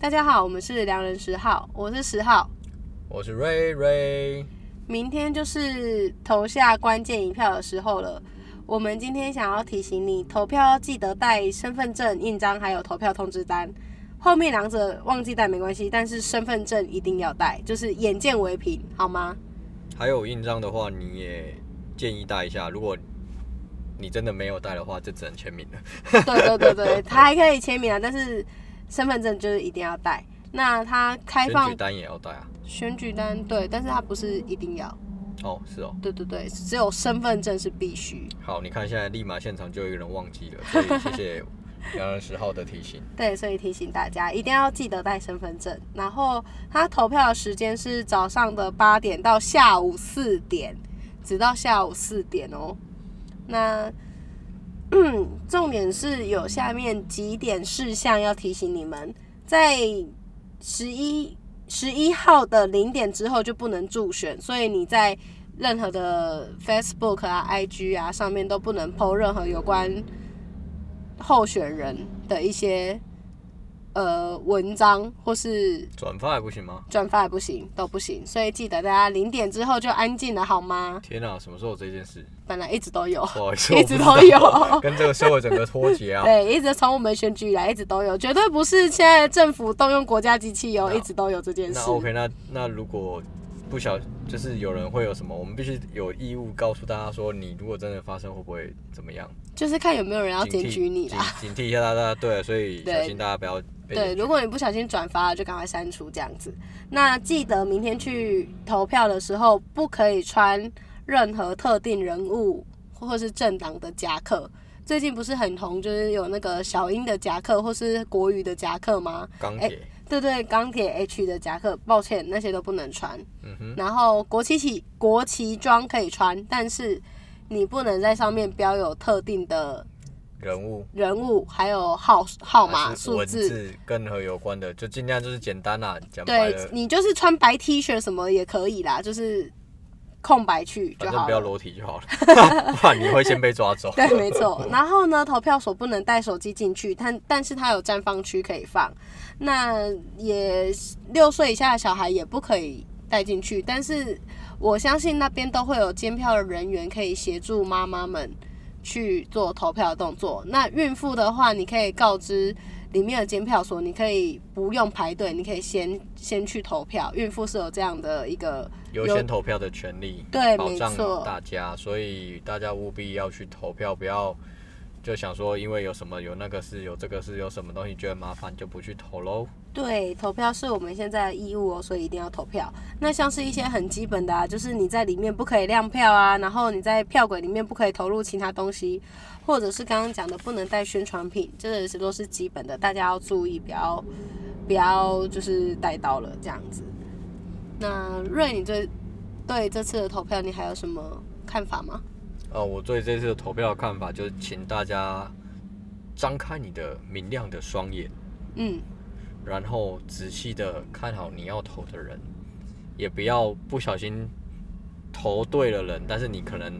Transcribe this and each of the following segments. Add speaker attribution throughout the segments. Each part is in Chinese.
Speaker 1: 大家好，我们是良人十号，我是十号。
Speaker 2: 我是瑞瑞，
Speaker 1: 明天就是投下关键一票的时候了。我们今天想要提醒你，投票要记得带身份证、印章，还有投票通知单。后面两者忘记带没关系，但是身份证一定要带，就是眼见为凭，好吗？
Speaker 2: 还有印章的话，你也建议带一下。如果你真的没有带的话，就只能签名了。
Speaker 1: 对对对 对，它还可以签名啊，但是身份证就是一定要带。那它开
Speaker 2: 选
Speaker 1: 放
Speaker 2: 举单也要带啊。
Speaker 1: 选举单对，但是它不是一定要，
Speaker 2: 哦，是哦。
Speaker 1: 对对对，只有身份证是必须。
Speaker 2: 好，你看现在立马现场就有一个人忘 记了，所以谢谢两人十号的提醒。
Speaker 1: 对，所以提醒大家一定要记得带身份证。然后它投票的时间是早上的八点到下午四点，直到下午四点哦。那 嗯，重点是有下面几点事项要提醒你们，在十一十一号的零点之后就不能助选，所以你在任何的 Facebook 啊、IG 啊上面都不能 PO 任何有关候选人的一些呃文章或是
Speaker 2: 转发还不行吗？
Speaker 1: 转发也不行，都不行。所以记得大家零点之后就安静了，好吗？
Speaker 2: 天哪、什么时候有这件事？
Speaker 1: 本来一直都有，
Speaker 2: 不好意 思，
Speaker 1: 一直都有
Speaker 2: 我。跟这个社会整个脱节啊。
Speaker 1: 对，一直从我们选举以来一直都有，绝对不是现在政府动用国家机器哦，
Speaker 2: 那
Speaker 1: 一直都有这件事
Speaker 2: 那。OK，那那如果不小，就是有人会有什么，我们必须有义务告诉大家说，你如果真的发生会不会怎么样？
Speaker 1: 就是看有没有人要
Speaker 2: 警
Speaker 1: 检
Speaker 2: 惕
Speaker 1: 举你啦。
Speaker 2: 警警惕一下大家。对，所以
Speaker 1: 对
Speaker 2: 小心大家不要被
Speaker 1: 对，
Speaker 2: 检举
Speaker 1: 如果你不小心转发了，就赶快删除这样子。那记得明天去投票的时候，不可以穿任何特定人物或是政党的夹克。最近不是很红，就是有那个小英的夹克或是国语的夹克吗？
Speaker 2: 钢铁，
Speaker 1: 对对，钢铁 H 的夹克，抱歉，那些都不能穿。
Speaker 2: 嗯哼，
Speaker 1: 然后国旗旗国旗装可以穿，但是你不能在上面标有特定的
Speaker 2: 人物
Speaker 1: 人物，还有号号码
Speaker 2: 还是
Speaker 1: 数
Speaker 2: 文
Speaker 1: 字。
Speaker 2: 字跟和有关的，就尽量就是简单啦，讲白
Speaker 1: 对
Speaker 2: 了，
Speaker 1: 你就是穿白 T 恤什么也可以啦，就是空白去就
Speaker 2: 反正
Speaker 1: 好
Speaker 2: 不要
Speaker 1: 了。
Speaker 2: 裸体就好了， 不然你会先被抓 走。
Speaker 1: 对，没错。然后呢，投票所不能带手机进去，但但是它有绽放区可以放。那也六岁以下的小孩也不可以带进去，但是我相信那边都会有监票的人员可以协助妈妈们去做投票的动作。那孕妇的话，你可以告知里面的监票所，你可以不用排队，你可以先先去投票。孕妇是有这样的一个
Speaker 2: 优先投票的权利，
Speaker 1: 对
Speaker 2: 保障
Speaker 1: 没错
Speaker 2: 大家，所以大家务必要去投票，不要就想说因为有什么有那个事有这个事有什么东西觉得麻烦就不去投喽。
Speaker 1: 对，投票是我们现在的义务哦，所以一定要投票。那像是一些很基本的啊，就是你在里面不可以亮票啊，然后你在票轨里面不可以投入其他东西，或者是刚刚讲的不能带宣传品，这些都是基本的，大家要注意，不要不要就是带到了这样子。那瑞，你对对这次的投票你还有什么看法吗？
Speaker 2: 呃，我对这次的投票的看法就是，请大家张开你的明亮的双眼，
Speaker 1: 嗯，
Speaker 2: 然后仔细的看好你要投的人，也不要不小心投对了人，但是你可能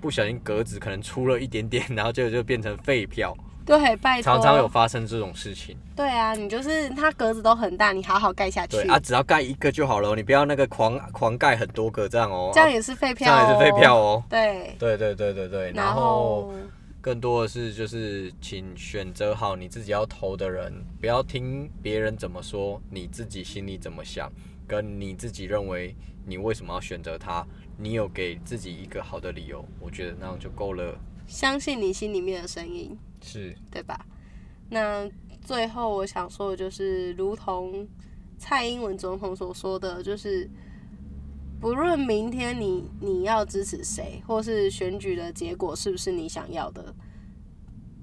Speaker 2: 不小心格子可能出了一点点，然后就就变成废票，
Speaker 1: 对，拜托，
Speaker 2: 常常有发生这种事情。
Speaker 1: 对啊，你就是它格子都很大，你好好盖下去
Speaker 2: 对，啊，只要盖一个就好了哦，你不要那个狂狂盖很多个这样哦，
Speaker 1: 这样
Speaker 2: 啊
Speaker 1: 也是废
Speaker 2: 这
Speaker 1: 票、
Speaker 2: 样也是废票。哦。
Speaker 1: 对，
Speaker 2: 对对对对对，然后更多的是就是，请选择好你自己要投的人，不要听别人怎么说，你自己心里怎么想，跟你自己认为你为什么要选择他，你有给自己一个好的理由，我觉得那样就够了。
Speaker 1: 相信你心里面的声音，
Speaker 2: 是，
Speaker 1: 对吧？那最后我想说的就是，如同蔡英文总统所说的，就是不论明天你你要支持谁，或是选举的结果是不是你想要的，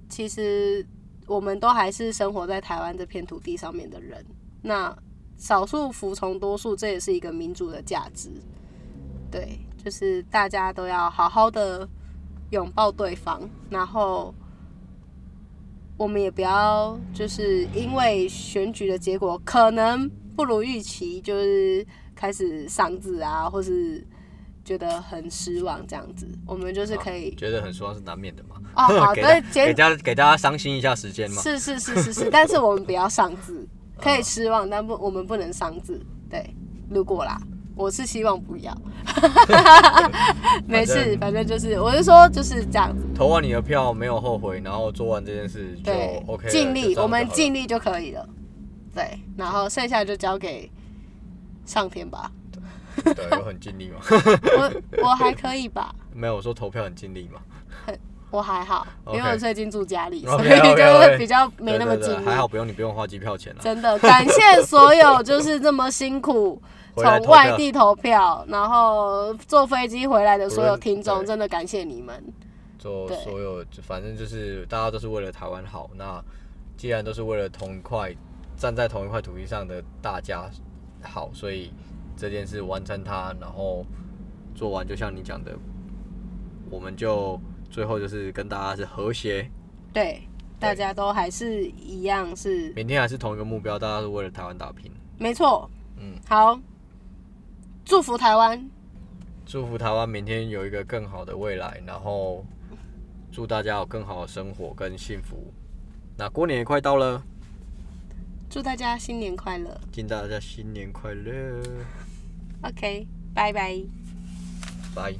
Speaker 1: 其实我们都还是生活在台湾这片土地上面的人。那少数服从多数，这也是一个民主的价值。对，就是大家都要好好的拥抱对方，然后我们也不要就是因为选举的结果可能不如预期，就是开始丧志啊，或是觉得很失望这样子。我们就是可以
Speaker 2: 觉得很失望是难免的嘛。
Speaker 1: 哦，好，
Speaker 2: 给大
Speaker 1: 对，
Speaker 2: 给
Speaker 1: 简
Speaker 2: 大家给大家伤心一下时间嘛。
Speaker 1: 是是是是是，但是我们不要上字，可以失望，但不我们不能伤自。对，如果啦，我是希望不 要。没事，反正就是我是说就是这样子。
Speaker 2: 投完你的票没有后悔，然后做完这件事就
Speaker 1: 对
Speaker 2: OK，了
Speaker 1: 尽
Speaker 2: 就
Speaker 1: 力，
Speaker 2: 这样就好
Speaker 1: 我们
Speaker 2: 了
Speaker 1: 尽力就可以了。对，然后剩下就交给上天吧。
Speaker 2: 对，我很尽力嘛。
Speaker 1: 我我还可以吧，
Speaker 2: 没有，我说投票很尽力嘛。
Speaker 1: 我还好，因
Speaker 2: OK
Speaker 1: 为我最近住家里，所以
Speaker 2: OK，OK，OK
Speaker 1: 就是比较没那么
Speaker 2: 对
Speaker 1: 尽
Speaker 2: 对
Speaker 1: 力
Speaker 2: 对。还好不用你不用花机票 钱啊了。
Speaker 1: 真的感谢所有就是这么辛苦
Speaker 2: 回来
Speaker 1: 从
Speaker 2: 投票
Speaker 1: 外地投票，然后坐飞机回来的所有听
Speaker 2: 不
Speaker 1: 众，
Speaker 2: 论对
Speaker 1: 真的感谢你们。
Speaker 2: 就
Speaker 1: 对
Speaker 2: 所有，就反正就是大家都是为了台湾好。那既然都是为了同一块站在同一块土地上的大家好，所以这件事完成它，然后做完，就像你讲的，我们就最后就是跟大家是和谐。
Speaker 1: 对，大家都还是一样是，
Speaker 2: 明天还是同一个目标，大家是为了台湾打拼。
Speaker 1: 没错。
Speaker 2: 嗯，
Speaker 1: 好，祝福台湾，
Speaker 2: 祝福台湾明天有一个更好的未来，然后祝大家有更好的生活跟幸福。那过年也快到了，
Speaker 1: 祝大家新年快乐。
Speaker 2: 祝大家新年快乐，
Speaker 1: OK，拜拜。
Speaker 2: 拜。